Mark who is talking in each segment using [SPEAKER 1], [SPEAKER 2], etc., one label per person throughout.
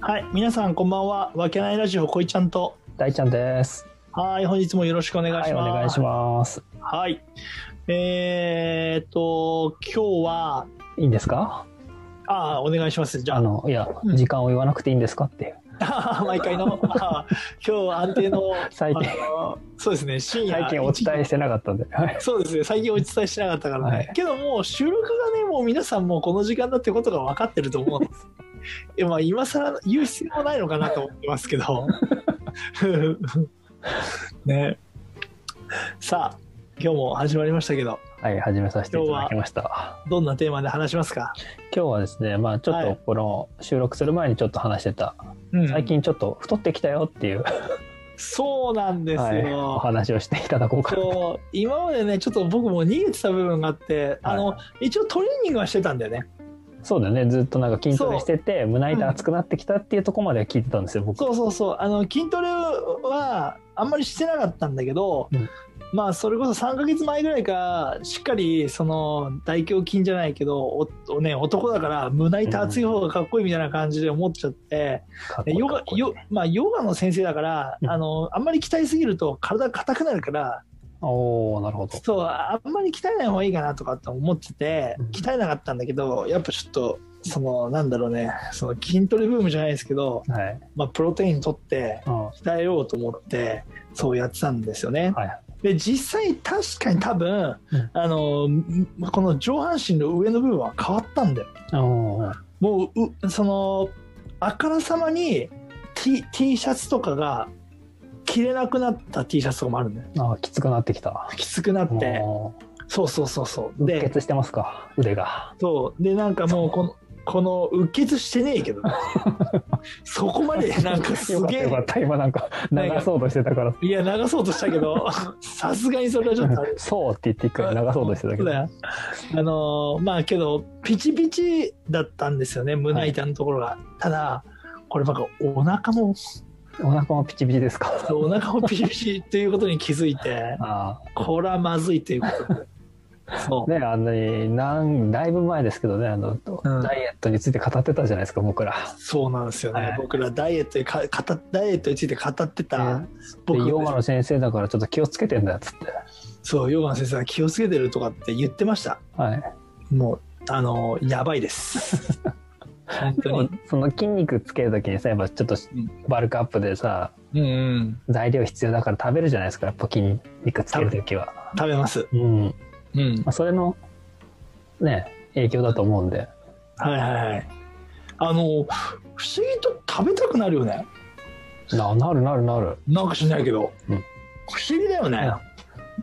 [SPEAKER 1] はい、皆さんこんばんは。わけないラジオこいちゃんと。
[SPEAKER 2] 大ちゃんです。
[SPEAKER 1] はい、本日もよろしくお願い
[SPEAKER 2] はい、
[SPEAKER 1] し
[SPEAKER 2] お
[SPEAKER 1] ます。
[SPEAKER 2] 願いします。
[SPEAKER 1] す。はい。えーっと、今日は、
[SPEAKER 2] いいんですか
[SPEAKER 1] ああ、お願いします。じゃ
[SPEAKER 2] あの、いや、
[SPEAKER 1] うん
[SPEAKER 2] 時間を言わなくていいんですかっていう。
[SPEAKER 1] あ、 毎回の、あー今日は安定 の、
[SPEAKER 2] 最近
[SPEAKER 1] あのそうですね、深夜。
[SPEAKER 2] 最近お伝えしてなかったんで。はい。
[SPEAKER 1] そうですね、最近お伝えしてなかったからね。
[SPEAKER 2] はい
[SPEAKER 1] けどもう収録がね、もう皆さんもうこの時間だってことが分かってると思うんです。いやまあ今更言う必要もないのかなと思ってますけ ど。ね。さあ、今日も始まりましたけど、
[SPEAKER 2] はい、始めさせていただきました。
[SPEAKER 1] どんなテーマで話しますか、
[SPEAKER 2] 今日はですね、まあちょっ
[SPEAKER 1] は
[SPEAKER 2] と
[SPEAKER 1] い
[SPEAKER 2] この収録する前にちょっと話してた、
[SPEAKER 1] うん
[SPEAKER 2] 最近ちょっと太ってきたよっていう、
[SPEAKER 1] そうなんですよ。
[SPEAKER 2] はい、お話をしていただこうかな。
[SPEAKER 1] そう今までねちょっと僕も逃げてた部分があって、あの一応トレーニングはしてたんだよね
[SPEAKER 2] そうだよね、ずっとなんか筋ト
[SPEAKER 1] そう
[SPEAKER 2] レしてて、胸板熱くなってきたっていうところまでは聞いてたんですよ、僕。
[SPEAKER 1] そうそうそうあの筋トレはあんまりしてなかったんだけど、
[SPEAKER 2] うん
[SPEAKER 1] まあそれこそ3ヶ月前ぐらいからしっかりその大胸筋じゃないけどおおね、男だから胸板厚い方がかっこいいみたいな感じで思っちゃって、
[SPEAKER 2] かっこ
[SPEAKER 1] で
[SPEAKER 2] いい
[SPEAKER 1] ヨ
[SPEAKER 2] かっ
[SPEAKER 1] ガ
[SPEAKER 2] こいい
[SPEAKER 1] ヨ,、まあ、ヨガの先生だから、
[SPEAKER 2] うん
[SPEAKER 1] あのあんまり鍛えすぎると体硬くなるから
[SPEAKER 2] おー、なるほど。
[SPEAKER 1] そうあんまり鍛えない方がいいかなとかって思ってて
[SPEAKER 2] うん
[SPEAKER 1] 鍛えなかったんだけどやっぱちょっとそのなんだろうねその筋トレブームじゃないですけど、
[SPEAKER 2] はい。
[SPEAKER 1] まあ、プロテイン取って。
[SPEAKER 2] うんは
[SPEAKER 1] 鍛えようと思ってそうやってたんですよね。
[SPEAKER 2] い。
[SPEAKER 1] で実際確かに多分、
[SPEAKER 2] うん
[SPEAKER 1] あのんこの上半身の上の部分は変わったんだよ。
[SPEAKER 2] おー
[SPEAKER 1] もううそのあからさまに T, T シャツとかが着れなくなった T シャツとかもあるんだよ。
[SPEAKER 2] あー、きつくなってきた。
[SPEAKER 1] きつくなって
[SPEAKER 2] おー
[SPEAKER 1] そうそうそうそう。
[SPEAKER 2] で、
[SPEAKER 1] で
[SPEAKER 2] 血してますか腕が。
[SPEAKER 1] そうでなんかもうこのこのうっ血してねえ けどそこまでなんかす
[SPEAKER 2] よかっ
[SPEAKER 1] げ
[SPEAKER 2] た
[SPEAKER 1] え
[SPEAKER 2] よかった。今なんか流そうとしてたから。
[SPEAKER 1] いや流そうとしたけ どさすがにそれはちょっとあれ
[SPEAKER 2] そうって言って一回流そうとしてたけ
[SPEAKER 1] そう
[SPEAKER 2] ど。
[SPEAKER 1] だよあのーまあけどピチピチだったんですよね胸板のところが、ただこれなんかお腹も
[SPEAKER 2] お腹もピチピチですか。
[SPEAKER 1] お腹もピチピチということに気づい て
[SPEAKER 2] あ
[SPEAKER 1] これはまずいということでそ
[SPEAKER 2] あ
[SPEAKER 1] う、
[SPEAKER 2] ねあのなんだいぶ前ですけどねあの、
[SPEAKER 1] うん
[SPEAKER 2] ダイエットについて語ってたじゃないですか僕ら。
[SPEAKER 1] そうなんですよね、
[SPEAKER 2] はい
[SPEAKER 1] 僕らダイエットにかかたダイエットについて語ってた
[SPEAKER 2] ねで
[SPEAKER 1] 僕
[SPEAKER 2] ヨガの先生だからちょっと気をつけてんだっつって。
[SPEAKER 1] そうヨガの先生が気をつけてるとかって言ってました
[SPEAKER 2] はい。
[SPEAKER 1] もうあのーやばいです 本
[SPEAKER 2] で
[SPEAKER 1] 当
[SPEAKER 2] も
[SPEAKER 1] に
[SPEAKER 2] その筋肉つけるときにさやっぱちょっと
[SPEAKER 1] うん
[SPEAKER 2] バルクアップでさ
[SPEAKER 1] うんうん
[SPEAKER 2] 材料必要だから食べるじゃないですかやっぱ筋肉つけるときは。
[SPEAKER 1] 食べます
[SPEAKER 2] うん。
[SPEAKER 1] うん
[SPEAKER 2] まあそれのね影響だと思うんで。
[SPEAKER 1] はいはいはい。あの、不思議と食べたくなるよね。
[SPEAKER 2] ななるなるなる。
[SPEAKER 1] なんか知んないけど。
[SPEAKER 2] うん
[SPEAKER 1] 不思議だよね。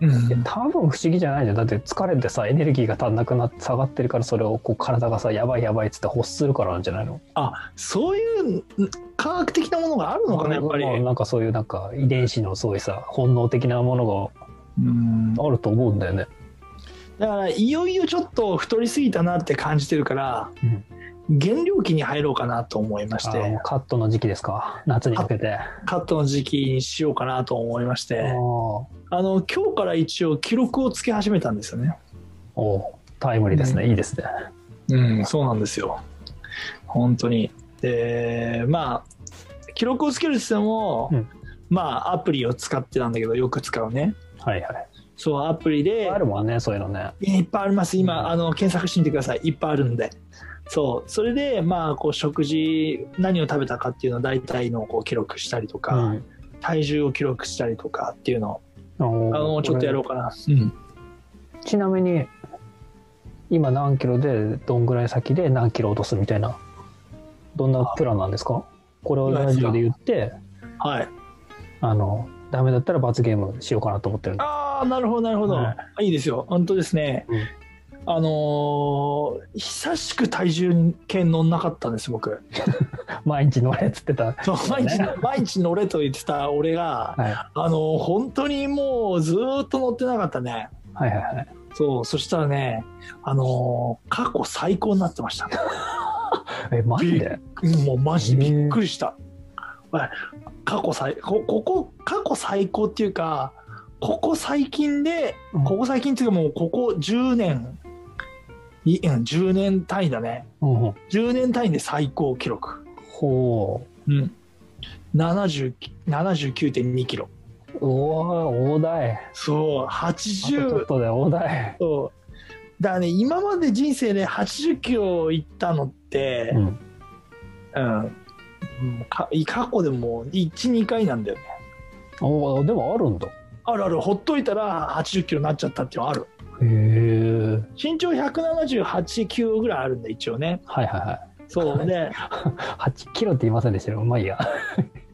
[SPEAKER 2] いや多分不思議じゃないじゃんだって疲れてさエネルギーが足んなくなって下がってるからそれをこう体がさやばいやばいっつって欲するからなんじゃないの
[SPEAKER 1] あ、そういううん科学的なものがあるのかな、やっぱり。
[SPEAKER 2] なんかそういうなんか遺伝子のそういうさ本能的なもの
[SPEAKER 1] うん
[SPEAKER 2] があると思うんだよね
[SPEAKER 1] だから、いよいよちょっと太りすぎたなって感じてるから、減量期に入ろうかなと思いまし
[SPEAKER 2] あーも
[SPEAKER 1] て
[SPEAKER 2] う、カットの時期ですか夏に向けてあ
[SPEAKER 1] カットの時期にしようかなと思いまし
[SPEAKER 2] あー
[SPEAKER 1] て、
[SPEAKER 2] お
[SPEAKER 1] あの、今日から一応記録をつけ始めたんですよね。
[SPEAKER 2] おタイムリーですね、いいですね
[SPEAKER 1] うん、そうなんですよ。本当に。で、まあ、記録をつけるにしても、
[SPEAKER 2] うん
[SPEAKER 1] まあ、アプリを使ってたんだけど、よく使うね。
[SPEAKER 2] はいはい
[SPEAKER 1] そう、アプリで
[SPEAKER 2] あ、るもんねそういうのね
[SPEAKER 1] いっぱいあります。今、
[SPEAKER 2] うん
[SPEAKER 1] あの、検索してみてください。いっぱいあるんで。そう。それで、まあ、こう、食事、何を食べたかっていうのを大体のこう記録したりとか、
[SPEAKER 2] うん
[SPEAKER 1] 体重を記録したりとかっていうのを、
[SPEAKER 2] おー
[SPEAKER 1] あの、ちょっとやろうかな。うん。
[SPEAKER 2] これちなみに今何キロでどんぐらい先で何キロ落とすみたいなどんなプランなんですかこれをラジオで言って
[SPEAKER 1] はい。
[SPEAKER 2] あのダメだったら罰ゲームしようかなと思ってるんで
[SPEAKER 1] ああ、なるほど、なるほど。
[SPEAKER 2] はい
[SPEAKER 1] あいいですよ。本当ですね。
[SPEAKER 2] うん
[SPEAKER 1] あのー久しく体重計乗んなかったんです、僕。
[SPEAKER 2] 毎日乗れっつってた
[SPEAKER 1] そう
[SPEAKER 2] そ う
[SPEAKER 1] 毎
[SPEAKER 2] ね
[SPEAKER 1] 日、毎日乗れと言ってた俺が、
[SPEAKER 2] はい
[SPEAKER 1] あのー本当にもうずーっと乗ってなかったね。
[SPEAKER 2] はいはいはい
[SPEAKER 1] そう、そしたらね、あのー過去最高になってました。
[SPEAKER 2] えマジで
[SPEAKER 1] もうマジびっくりした。はい過去最、こここ、過去最高っていうか、ここ最近で、
[SPEAKER 2] うん
[SPEAKER 1] ここ最近っていうかもうここ10年、いうん10年単位だね。
[SPEAKER 2] うんうん
[SPEAKER 1] 10年単位で最高記録。
[SPEAKER 2] ほ
[SPEAKER 1] うん、70 79.2キロ
[SPEAKER 2] う。うわー大台。
[SPEAKER 1] そう
[SPEAKER 2] あとちょっ
[SPEAKER 1] 80
[SPEAKER 2] とで大台。
[SPEAKER 1] そうだからね今まで人生で、80キロいったのって
[SPEAKER 2] う、ん。
[SPEAKER 1] うんうんか過去でも12回なんだよね
[SPEAKER 2] おでもあるんだ。
[SPEAKER 1] あるあるほっといたら80キロになっちゃったっていうのある
[SPEAKER 2] へえ。
[SPEAKER 1] 身長1789ぐらいあるんだ一応ね
[SPEAKER 2] はいはいはい。
[SPEAKER 1] そうで
[SPEAKER 2] 8キロって言いませんでしたよ。まあいいや。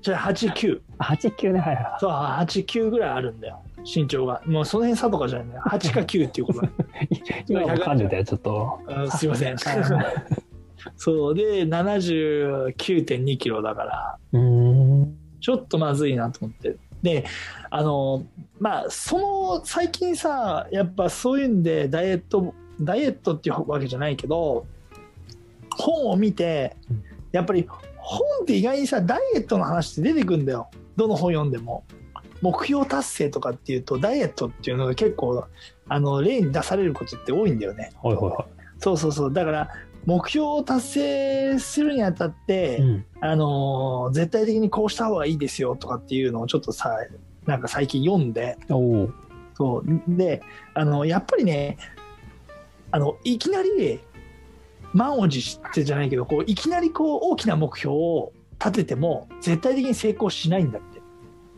[SPEAKER 1] じゃあ89
[SPEAKER 2] あ8キロね、はいはいは
[SPEAKER 1] そう89ぐらいあるんだよ身長がもうその辺差とかじゃないね8か9っていうこと
[SPEAKER 2] い。今も噛んでたよ、ちょっと。
[SPEAKER 1] うんすいません。
[SPEAKER 2] は
[SPEAKER 1] そうで79.2キロだから
[SPEAKER 2] うーん。
[SPEAKER 1] ちょっとまずいなと思ってであのまあその最近さやっぱそういうんでダイエットダイエットっていうわけじゃないけど本を見て
[SPEAKER 2] うん
[SPEAKER 1] やっぱり本って意外にさダイエットの話って出てくんだよどの本読んでも。目標達成とかっていうとダイエットっていうのが結構あの例に出されることって多いんだよね。
[SPEAKER 2] はいは
[SPEAKER 1] そうそうそうだから目標を達成するにあたって、
[SPEAKER 2] いはい。うん。
[SPEAKER 1] あのー絶対的にこうした方がいいですよとかっていうのをちょっとさなんか最近読んで
[SPEAKER 2] おう
[SPEAKER 1] そうであのやっぱりねあのいきなり満を持してじゃないけどこういきなりこう大きな目標を立てても絶対的に成功しないんだって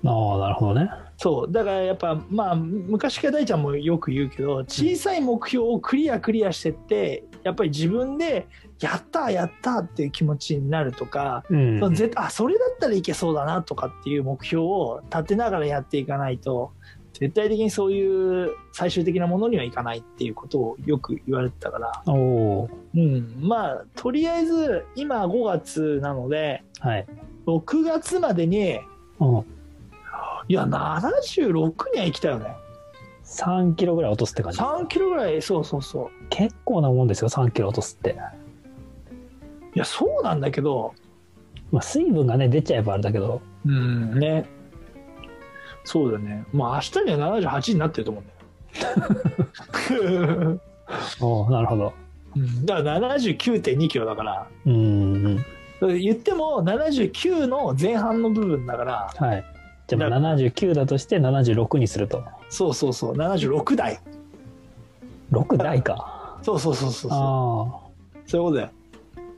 [SPEAKER 2] ああ、なるほどね。
[SPEAKER 1] そうだからやっぱまあ昔から大ちゃんもよく言うけど小さい目標をクリアクリアしてってやっぱり自分でやったーやったーっていう気持ちになるとか、
[SPEAKER 2] うん。
[SPEAKER 1] そのぜあそれだったらいけそうだなとかっていう目標を立てながらやっていかないと絶対的にそういう最終的なものにはいかないっていうことをよく言われてたから、
[SPEAKER 2] おおう。
[SPEAKER 1] うん、まあとりあえず今5月なので
[SPEAKER 2] はい。
[SPEAKER 1] 6月までに
[SPEAKER 2] うん。
[SPEAKER 1] いや76には行きたいよね。
[SPEAKER 2] 3キロぐらい落とすって感じ。
[SPEAKER 1] 3キロぐらいそうそうそう
[SPEAKER 2] 結構なもんですよ、3キロ落とすって。
[SPEAKER 1] いやそうなんだけど
[SPEAKER 2] まあ、水分がね、出ちゃえばあれだけど。
[SPEAKER 1] うんねそうだねまあ明日には78になってると思うんだ よ、
[SPEAKER 2] おおなるほど。
[SPEAKER 1] うん、だから79.2キロだから
[SPEAKER 2] うーん。
[SPEAKER 1] 言っても79の前半の部分だから
[SPEAKER 2] はい。じゃあ、まあ79だとして76にすると。
[SPEAKER 1] そうそうそう76台
[SPEAKER 2] 6台か。
[SPEAKER 1] そうそう そうそうそ
[SPEAKER 2] あ
[SPEAKER 1] うそういうことだよ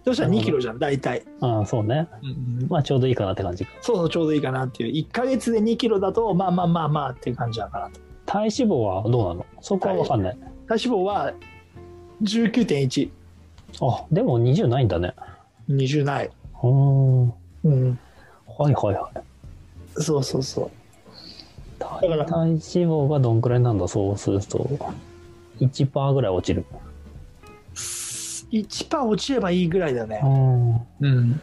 [SPEAKER 1] そしたら2キロじゃん大体、
[SPEAKER 2] あ。ああ、そうね。
[SPEAKER 1] うんうん
[SPEAKER 2] まあ、ちょうどいいかなって感じか。
[SPEAKER 1] そうそうちょうどいいかなっていう1か月で2キロだとまあまあまあまあっていう感じだから
[SPEAKER 2] 体脂肪はどうなのそこはわかんない。
[SPEAKER 1] 体脂肪は19.1
[SPEAKER 2] あ、でも20ないんだね。
[SPEAKER 1] 20ない、
[SPEAKER 2] うーん。は
[SPEAKER 1] うん、
[SPEAKER 2] いはいはい。
[SPEAKER 1] そうそうそう
[SPEAKER 2] 体
[SPEAKER 1] だから
[SPEAKER 2] 体脂肪がどんくらいなんだ、そうすると。1%ぐらい落ちる。
[SPEAKER 1] 1%落ちればいいぐらいだよね
[SPEAKER 2] う、ん。
[SPEAKER 1] うん、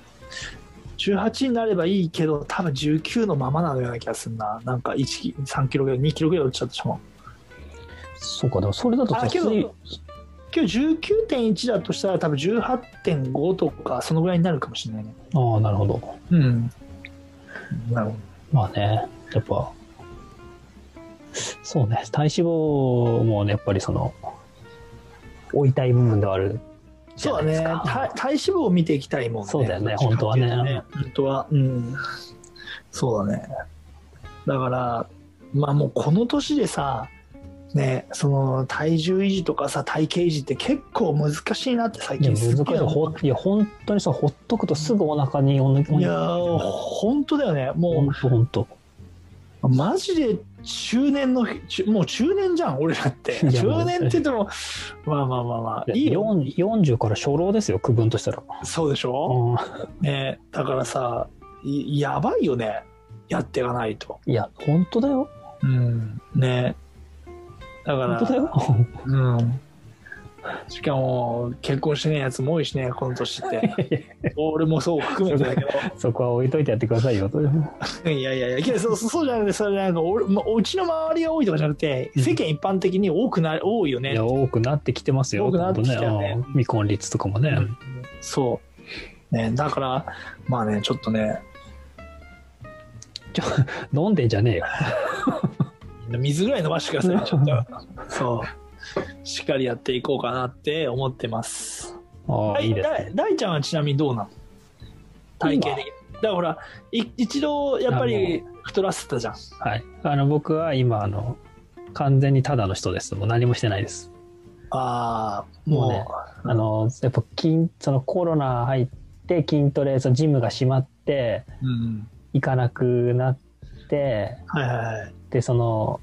[SPEAKER 1] 18になればいいけど多分19のままなのような気がするななんか3キロぐらい2キロぐらい落ちちゃったしも
[SPEAKER 2] そうか、でもそれだとさ
[SPEAKER 1] あけど
[SPEAKER 2] 水
[SPEAKER 1] 今日19.1だとしたら多分18.5とかそのぐらいになるかもしれないね
[SPEAKER 2] ああ、なるほど。
[SPEAKER 1] うんなるほど
[SPEAKER 2] まあね、やっぱ、そうね、体脂肪もね、やっぱりその、追いたい部分ではある。
[SPEAKER 1] そうだね
[SPEAKER 2] じゃないですか
[SPEAKER 1] 体体脂肪を見ていきたいもんね
[SPEAKER 2] そうだよね
[SPEAKER 1] どっちかっていうと
[SPEAKER 2] 本当はね
[SPEAKER 1] 本当はうんそうだねだからまあもうこの年でさねその体重維持とかさ体型維持って結構難しいなって最
[SPEAKER 2] い
[SPEAKER 1] 近
[SPEAKER 2] や、難しい。
[SPEAKER 1] すっげえ思
[SPEAKER 2] ほいや、本当にさ、ほっとくとすぐお腹にお腹
[SPEAKER 1] うい
[SPEAKER 2] に
[SPEAKER 1] やー本当だよねも
[SPEAKER 2] ほんとほんと。
[SPEAKER 1] うマジで中年の中もう中年じゃん俺らって
[SPEAKER 2] いやもう
[SPEAKER 1] 中年って言ってもまあまあまあまあいいよ
[SPEAKER 2] 四40から初老ですよ、区分としたら。
[SPEAKER 1] そうでしょ、
[SPEAKER 2] うん
[SPEAKER 1] ねだからさいやばいよねやっていかないと、
[SPEAKER 2] いや、本当だよ。
[SPEAKER 1] うん、ねだから
[SPEAKER 2] 本当だよ。
[SPEAKER 1] うん、しかも結婚してねえやつも多いしねこの年って 俺もそう含めてだけ
[SPEAKER 2] そこは置いといてやってくださいよ。
[SPEAKER 1] どいやいやいやいやそうそうそうじゃなくてそれなんか俺、ま、うちの周りが多いとかじゃなくて
[SPEAKER 2] うん
[SPEAKER 1] 世間一般的に多くな多いよ
[SPEAKER 2] い
[SPEAKER 1] ね
[SPEAKER 2] や、多くなってきてますよ。
[SPEAKER 1] 多くなってきたよね
[SPEAKER 2] 本当うん未婚率とかもね。
[SPEAKER 1] そう、ね、だからまあねちょっとね
[SPEAKER 2] 飲んでんじゃねえよ。
[SPEAKER 1] 水ぐらい飲ましてくださいちょっとそうしっかりやっていこうかなって思ってます
[SPEAKER 2] ああ、
[SPEAKER 1] はい
[SPEAKER 2] いですね。
[SPEAKER 1] だ大ちゃんはちなみにどうなの体系的にだからほらい一度やっぱり太らせてたじゃん
[SPEAKER 2] はい。あの、僕は今、あの、完全にただの人です。もう何もしてないです。
[SPEAKER 1] ああもう
[SPEAKER 2] もあの、やっぱ筋、そのコロナ入って筋トレ、そのジムが閉まって、
[SPEAKER 1] うん
[SPEAKER 2] 行かなくなって、
[SPEAKER 1] はいはいはい
[SPEAKER 2] で、その、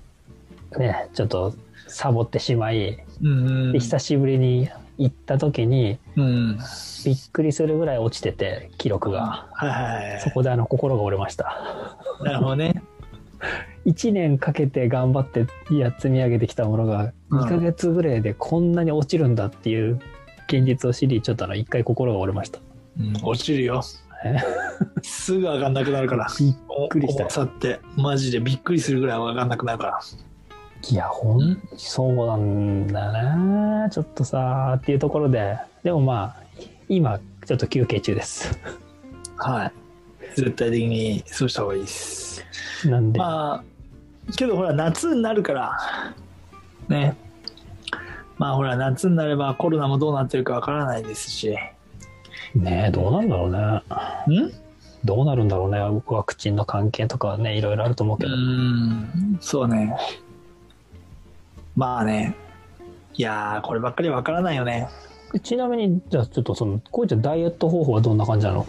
[SPEAKER 2] ね、ちょっとサボってしまい、
[SPEAKER 1] うん
[SPEAKER 2] で久しぶりに行った時に、
[SPEAKER 1] うん
[SPEAKER 2] びっくりするぐらい落ちてて、記録が。
[SPEAKER 1] はいはいは
[SPEAKER 2] そこであの心が折れました。
[SPEAKER 1] いなるほどね
[SPEAKER 2] 1年かけて頑張ってやっ積み上げてきたものが
[SPEAKER 1] うん
[SPEAKER 2] 2ヶ月ぐらいでこんなに落ちるんだっていう現実を知りちょっとあの一回心が折れました
[SPEAKER 1] うん落ちるよ
[SPEAKER 2] え
[SPEAKER 1] すぐ上がんなくなるから
[SPEAKER 2] びっ
[SPEAKER 1] びっ
[SPEAKER 2] くりした
[SPEAKER 1] さってマジでびっくりするぐらい上がんなくなるから
[SPEAKER 2] いやほ
[SPEAKER 1] うんん
[SPEAKER 2] そうなんだなちょっとさっていうところででもまあ今ちょっと休憩中です
[SPEAKER 1] はい絶対的にそうした方がいいです
[SPEAKER 2] なんで、
[SPEAKER 1] まあけどほら夏になるからねまあほら夏になればコロナもどうなってるかわからないですしん
[SPEAKER 2] ねえどうなんだろうねどうなるんだろうねワクチンの関係とかはねいろいろあると思う
[SPEAKER 1] う
[SPEAKER 2] けど、
[SPEAKER 1] んそうねまあねいやーこればっかりわからないよね
[SPEAKER 2] ちなみにじゃあちょっとそのこういったダイエット方法はどんな感じなの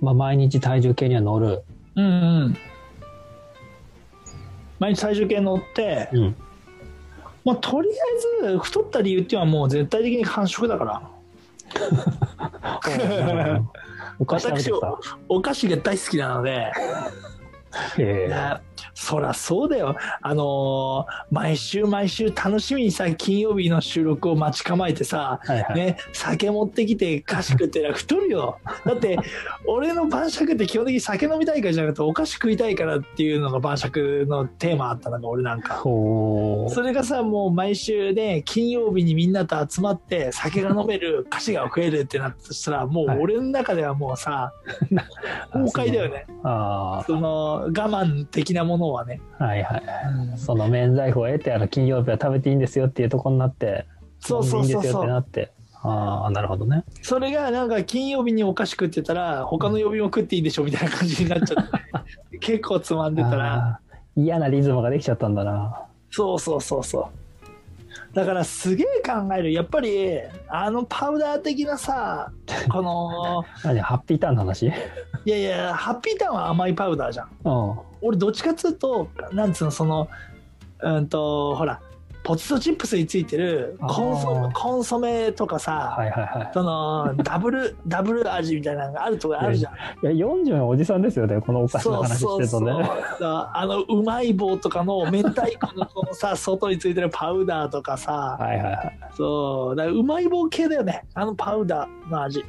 [SPEAKER 2] まあ毎日体重計には乗る
[SPEAKER 1] うんうん毎日体重計乗って、
[SPEAKER 2] うん
[SPEAKER 1] まあ、とりあえず太った理由っていうのはもう絶対的に完食だから
[SPEAKER 2] お菓子食べてた。
[SPEAKER 1] お菓子が大好きなので、
[SPEAKER 2] え
[SPEAKER 1] いやそらそうだよあのー毎週毎週楽しみにさ金曜日の収録を待ち構えてさ
[SPEAKER 2] えはいはい。
[SPEAKER 1] ね、酒持ってきて菓子食ってりゃ太るよ だって俺の晩酌って基本的に酒飲みたいからじゃなくてお菓子食いたいからっていうのが晩酌のテーマあったのが俺なんか
[SPEAKER 2] ほう
[SPEAKER 1] それがさもう毎週ね金曜日にみんなと集まって酒が飲める菓子が食えるってなったとしたらもう
[SPEAKER 2] はい
[SPEAKER 1] 俺の中ではもう さ崩壊だよね
[SPEAKER 2] あ
[SPEAKER 1] その我慢的なものはね、
[SPEAKER 2] あ、はいはい。その免罪符を得て、あの金曜日は食べていいんですよっていうところになって、
[SPEAKER 1] そうそう
[SPEAKER 2] 飲んでい
[SPEAKER 1] そ
[SPEAKER 2] いん
[SPEAKER 1] う
[SPEAKER 2] ですよっ
[SPEAKER 1] そ
[SPEAKER 2] て
[SPEAKER 1] う
[SPEAKER 2] なって。ああ、なるほどね。
[SPEAKER 1] それがなんか金曜日にお菓子食ってたら他の曜日も食っていいでしょみたいな感じになっちゃって結構つまんでたら
[SPEAKER 2] あー嫌なリズムができちゃったんだな。
[SPEAKER 1] そうそうそうそうだからすげえ考えるやっぱりあのパウダー的なさこの
[SPEAKER 2] 何ハッピーターンの話うん。
[SPEAKER 1] いやいやハッピーターンは甘いパウダーじゃん
[SPEAKER 2] は
[SPEAKER 1] 俺どっちかっつうとなんつうのそのうんとほらポテトチップスについてるコンソ
[SPEAKER 2] あ
[SPEAKER 1] メ
[SPEAKER 2] ー
[SPEAKER 1] コンソメとか
[SPEAKER 2] い
[SPEAKER 1] さ、
[SPEAKER 2] はいは
[SPEAKER 1] そのダブルダブル味みたいなのがあるとこあるじゃん
[SPEAKER 2] い。いや、40のおじさんですよね、このお菓子の
[SPEAKER 1] そう
[SPEAKER 2] 話し
[SPEAKER 1] そう
[SPEAKER 2] てる
[SPEAKER 1] そ
[SPEAKER 2] と
[SPEAKER 1] う
[SPEAKER 2] ね。
[SPEAKER 1] あのうまい棒とかの明太子のこのさ外についてるパウダーとかさ
[SPEAKER 2] はいはいはい。
[SPEAKER 1] そうだからうまい棒系だよねあのパウダーの味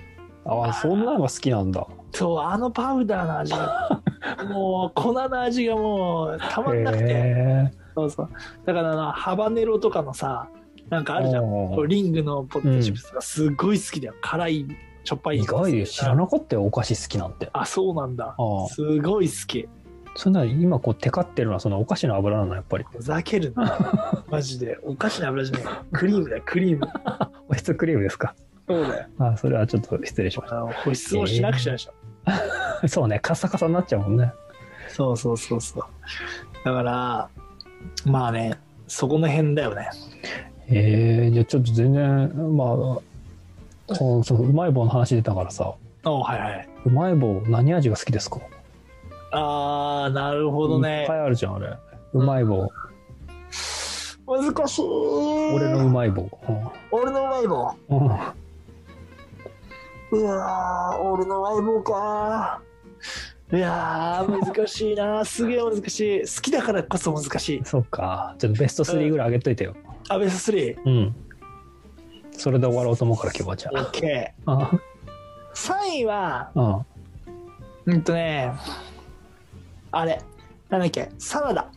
[SPEAKER 2] ああ、そんなのが好きなんだ。
[SPEAKER 1] そうあのパウダーの味 がもう粉の味がもうたまんなくて
[SPEAKER 2] へえ。
[SPEAKER 1] そうそう。だからあのハバネロとかのさ、なんかあるじゃん。
[SPEAKER 2] おー
[SPEAKER 1] こうリングのポテトチップスがすごい好きだよ。辛い、しょっぱい。
[SPEAKER 2] 意外で知らなかったよ、お菓子好きなんて。
[SPEAKER 1] あ、そうなんだ。
[SPEAKER 2] ああ
[SPEAKER 1] すごい好き。
[SPEAKER 2] そんな今こうテカってるのはそのお菓子の油なのやっ ぱり
[SPEAKER 1] ふざける な。マジで。お菓子の油じゃねえ。クリームだよ、クリーム。
[SPEAKER 2] 保湿クリームですか
[SPEAKER 1] そうだよ。
[SPEAKER 2] あそれはちょっと失礼しまし
[SPEAKER 1] あの保湿もしなくちゃでしょ。
[SPEAKER 2] た そうねカサカサになっちゃうもんね
[SPEAKER 1] そうそうそうそう。だから、まあね、そこの辺だよね。
[SPEAKER 2] えー、じゃあちょっと全然まあこうそううまい棒の話出たからさ
[SPEAKER 1] おはいはい。
[SPEAKER 2] うまい棒何味が好きですか
[SPEAKER 1] あー、なるほど
[SPEAKER 2] いっ
[SPEAKER 1] ね
[SPEAKER 2] ぱ。いあるじゃんあれうまい棒
[SPEAKER 1] 難しい。
[SPEAKER 2] 俺のうまい棒
[SPEAKER 1] 俺のうまい棒。
[SPEAKER 2] うん、うん
[SPEAKER 1] うわー、俺の相棒かー。いやー、難しいなー。すげえ難しい。好きだからこそ難しい。
[SPEAKER 2] そうかちょっとベスト3ぐらい上げといてよ
[SPEAKER 1] アベス3。
[SPEAKER 2] うんそれで終わろうと思うから今日はじゃ
[SPEAKER 1] OK。
[SPEAKER 2] あ
[SPEAKER 1] 3位は、
[SPEAKER 2] うんあ
[SPEAKER 1] うんとね、あれ、なんだっけ、サラダ。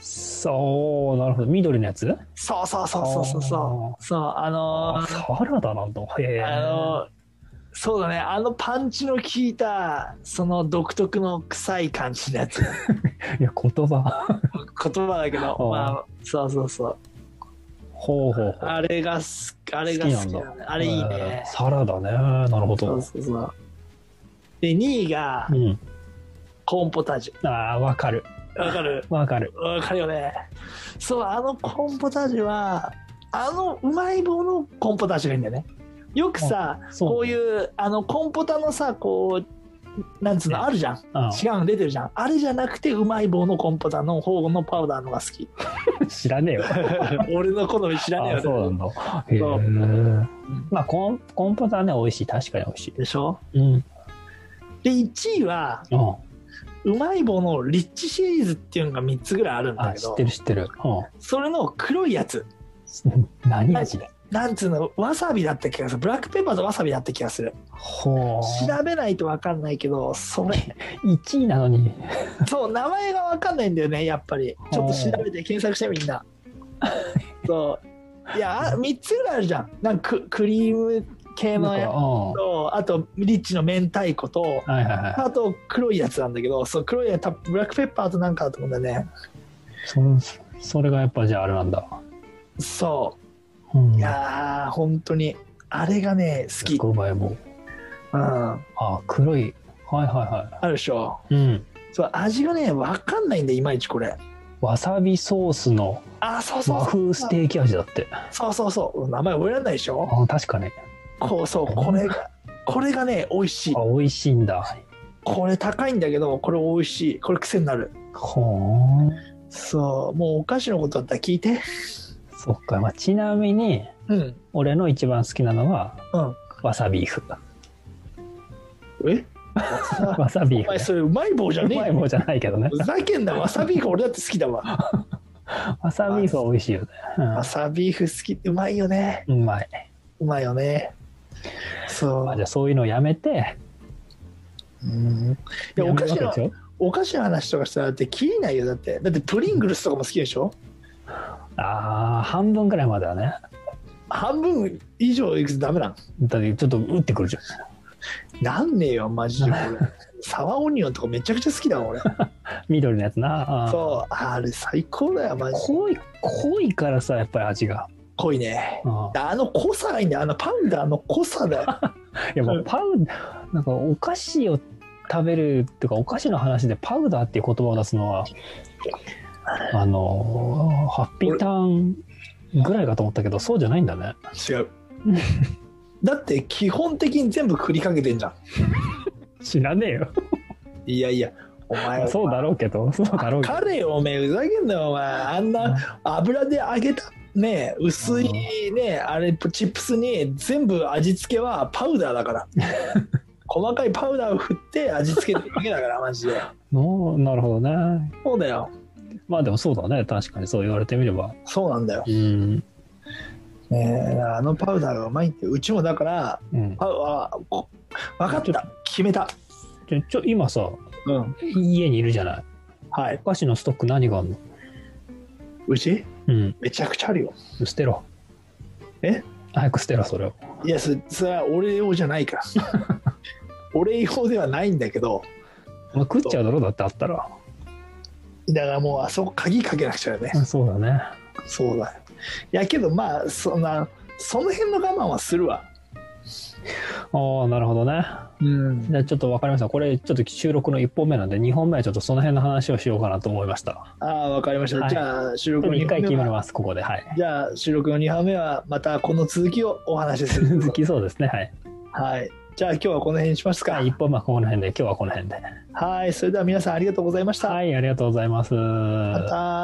[SPEAKER 2] そうなるほど緑のやつ
[SPEAKER 1] そうそうそうそうそうそう。そう、あの
[SPEAKER 2] あ
[SPEAKER 1] ー、
[SPEAKER 2] サラダなんだへえ
[SPEAKER 1] あのー、そうだね、あのパンチの効いた、その独特の臭い感じのやつ。
[SPEAKER 2] いや言葉
[SPEAKER 1] 言葉だけど、 まあ、そうそうそう。
[SPEAKER 2] ほうほうほう
[SPEAKER 1] あれがす、あれが好きなんだね。あ
[SPEAKER 2] あ
[SPEAKER 1] れいいね。
[SPEAKER 2] サラダねなるほ
[SPEAKER 1] そ
[SPEAKER 2] ど
[SPEAKER 1] うそうそう。で2位が
[SPEAKER 2] うん。
[SPEAKER 1] コーンポタージ
[SPEAKER 2] ああ、わかる。
[SPEAKER 1] ュわかる
[SPEAKER 2] わかる。
[SPEAKER 1] わかるよねそうあのコーンポタージュはあのうまい棒のコーンポタージュがいいんだよねよくさ
[SPEAKER 2] そう。
[SPEAKER 1] こういうあのコーンポタのさこうなんつうのあるじゃん
[SPEAKER 2] あ
[SPEAKER 1] 違うの出てるじゃんあれじゃなくてうまい棒のコーンポタの方のパウダーのが好 き
[SPEAKER 2] あ知らねえよ。
[SPEAKER 1] 俺の好み知らねえ
[SPEAKER 2] あ
[SPEAKER 1] よ
[SPEAKER 2] あそうなんだ。へ
[SPEAKER 1] そう
[SPEAKER 2] え。まあコンコンポタはね美味しい確かに美味しい。
[SPEAKER 1] でしょ
[SPEAKER 2] うん。
[SPEAKER 1] で1位は
[SPEAKER 2] うん。
[SPEAKER 1] うまい棒のリッチシリーズっていうのが3つぐらいあるんだ
[SPEAKER 2] あ
[SPEAKER 1] け
[SPEAKER 2] 知っ
[SPEAKER 1] ど
[SPEAKER 2] てる知ってる。
[SPEAKER 1] それの黒いやつ
[SPEAKER 2] うん。何味だ。
[SPEAKER 1] なんつうのわさびだった気がするブラックペッパーとわさびだった気がする
[SPEAKER 2] ほう。
[SPEAKER 1] 調べないと分かんないけどそ れ
[SPEAKER 2] 一位なのに。
[SPEAKER 1] そう名前が分かんないんだよねやっぱりちょっと調べて検索してみんなそういやあ3つぐらいあるじゃんなんかククリーム系の
[SPEAKER 2] なん
[SPEAKER 1] や
[SPEAKER 2] か
[SPEAKER 1] つ
[SPEAKER 2] うん。は
[SPEAKER 1] とあとリッチの明太子と
[SPEAKER 2] いはいは
[SPEAKER 1] あと黒いやつなんだけどそう黒いやつブラックペッパーとなんかだと思うんだよね
[SPEAKER 2] い。そのそれがやっぱじゃああれなんだ。
[SPEAKER 1] そう
[SPEAKER 2] うん。
[SPEAKER 1] いやー、本当に、あれがね、好き。
[SPEAKER 2] 5倍も。
[SPEAKER 1] うん、あ
[SPEAKER 2] あ黒い。はいは
[SPEAKER 1] るでしょ。
[SPEAKER 2] いはい。うん。
[SPEAKER 1] そう、味がね、わかんないんで、いまいちこれ。
[SPEAKER 2] わさびソースの
[SPEAKER 1] あー、そうそう
[SPEAKER 2] 和
[SPEAKER 1] そう。
[SPEAKER 2] 風ステーキ味だって。
[SPEAKER 1] そうそうそう。名前覚えられないでしょ。
[SPEAKER 2] あ確かに。
[SPEAKER 1] こう、そう、これが。これがね、美味しい
[SPEAKER 2] あ。美味しいんだ。
[SPEAKER 1] これ高いんだけど、これ美味しい。これ癖になる。
[SPEAKER 2] ほう。
[SPEAKER 1] そう、もうお菓子のことだったら聞いて。
[SPEAKER 2] そっか。まあちなみに
[SPEAKER 1] うん。
[SPEAKER 2] 俺の一番好きなのは
[SPEAKER 1] うん。
[SPEAKER 2] わさビーフ。
[SPEAKER 1] え
[SPEAKER 2] わさ
[SPEAKER 1] お
[SPEAKER 2] ビーフ、
[SPEAKER 1] 前、
[SPEAKER 2] ね。
[SPEAKER 1] それうまい棒じゃ
[SPEAKER 2] う
[SPEAKER 1] ね
[SPEAKER 2] ま
[SPEAKER 1] え
[SPEAKER 2] い
[SPEAKER 1] よ
[SPEAKER 2] もんじゃないけどね
[SPEAKER 1] ふ。ざけんな、わさビーフ俺だって好きだわ。
[SPEAKER 2] わさビーフは美味しいよね。
[SPEAKER 1] わさビーフ好き、うまいよね。
[SPEAKER 2] うん、うまい。
[SPEAKER 1] うまいよね。そう
[SPEAKER 2] まあ、。じゃあそういうのをやめて。
[SPEAKER 1] うんいや
[SPEAKER 2] め
[SPEAKER 1] お
[SPEAKER 2] る
[SPEAKER 1] 菓
[SPEAKER 2] わ
[SPEAKER 1] 子
[SPEAKER 2] けで
[SPEAKER 1] の
[SPEAKER 2] しょ
[SPEAKER 1] お菓子の話とかしたらだって切りないよだってだってプリングルスとかも好きでしょ
[SPEAKER 2] ああ、半分ぐらいまではね。
[SPEAKER 1] 半分以上いくとダメなん
[SPEAKER 2] だってちょっと打ってくるじゃん。
[SPEAKER 1] なんねえよマジでこ れサワーオニオンとかめちゃくちゃ好きだわ俺
[SPEAKER 2] 緑のやつな。あー
[SPEAKER 1] そうあれ最高だよマジ
[SPEAKER 2] 濃い、濃いからさ、やっぱり味が。
[SPEAKER 1] 濃いね
[SPEAKER 2] うん
[SPEAKER 1] あの濃さがいいんだよあのパウダーの濃さだよ
[SPEAKER 2] いや、もうパウ、なんかお菓子を食べるっていうか、お菓子の話でパウダーっていう言葉を出すのは、あのー、ハッピーターンぐらいかと思ったけど、そうじゃないんだね。
[SPEAKER 1] 違 うだって基本的に全部繰りかけてんじゃん
[SPEAKER 2] 知らねえよ。
[SPEAKER 1] いやいやお前は
[SPEAKER 2] そうだろうけど、そうだろうけど。
[SPEAKER 1] カレーおめえふざけんなよお前あんな油で揚げたね薄いねあれチップスに全部味付けはパウダーだから 細かいパウダーを振って味付けてるだけだからマジで
[SPEAKER 2] のなるほどね。
[SPEAKER 1] そうだよ
[SPEAKER 2] まあでもそうだね。確かにそう言われてみれば。
[SPEAKER 1] そうなんだよ、
[SPEAKER 2] うん。
[SPEAKER 1] ねえあのパウダーがうまいってうちもだから
[SPEAKER 2] うん、
[SPEAKER 1] ああこ分かった決めた
[SPEAKER 2] ちょ、ちょ、今さ、
[SPEAKER 1] うん
[SPEAKER 2] 家にいるじゃない。
[SPEAKER 1] はい
[SPEAKER 2] お菓子のストック何があるの
[SPEAKER 1] うち
[SPEAKER 2] うん。
[SPEAKER 1] めちゃくちゃあるよ
[SPEAKER 2] 捨てろ。
[SPEAKER 1] え
[SPEAKER 2] 早く捨てろ、それを。
[SPEAKER 1] いやそそれは俺用じゃ ないから俺用ではないんだけど
[SPEAKER 2] まあ、食っちゃうだろ、だってあったら。
[SPEAKER 1] だからもうあそこ鍵かけなくちゃよね
[SPEAKER 2] うんそうだね。
[SPEAKER 1] そうだ。いやけどまあそんなその辺の我慢はするわ。
[SPEAKER 2] ああ、なるほどね。
[SPEAKER 1] うん。
[SPEAKER 2] じゃあちょっとわかりました。これ、ちょっと収録の1本目なんで、2本目はちょっとその辺の話をしようかなと思いました。
[SPEAKER 1] ああわかりました。
[SPEAKER 2] はい
[SPEAKER 1] じゃあ収録の
[SPEAKER 2] 2回
[SPEAKER 1] 二
[SPEAKER 2] 決
[SPEAKER 1] 杯
[SPEAKER 2] め
[SPEAKER 1] 目は
[SPEAKER 2] ます、ここで。はい。
[SPEAKER 1] じゃあ収録の2杯目はまたこの続きをお話しす る。
[SPEAKER 2] 続きそうですね。はい。
[SPEAKER 1] はい。じゃあ今日はこの辺にしますか。
[SPEAKER 2] はい、1本目はこの辺で、今日はこの辺で。
[SPEAKER 1] はいそれでは皆さんありがとうございました。
[SPEAKER 2] はい、ありがとうございます。
[SPEAKER 1] また。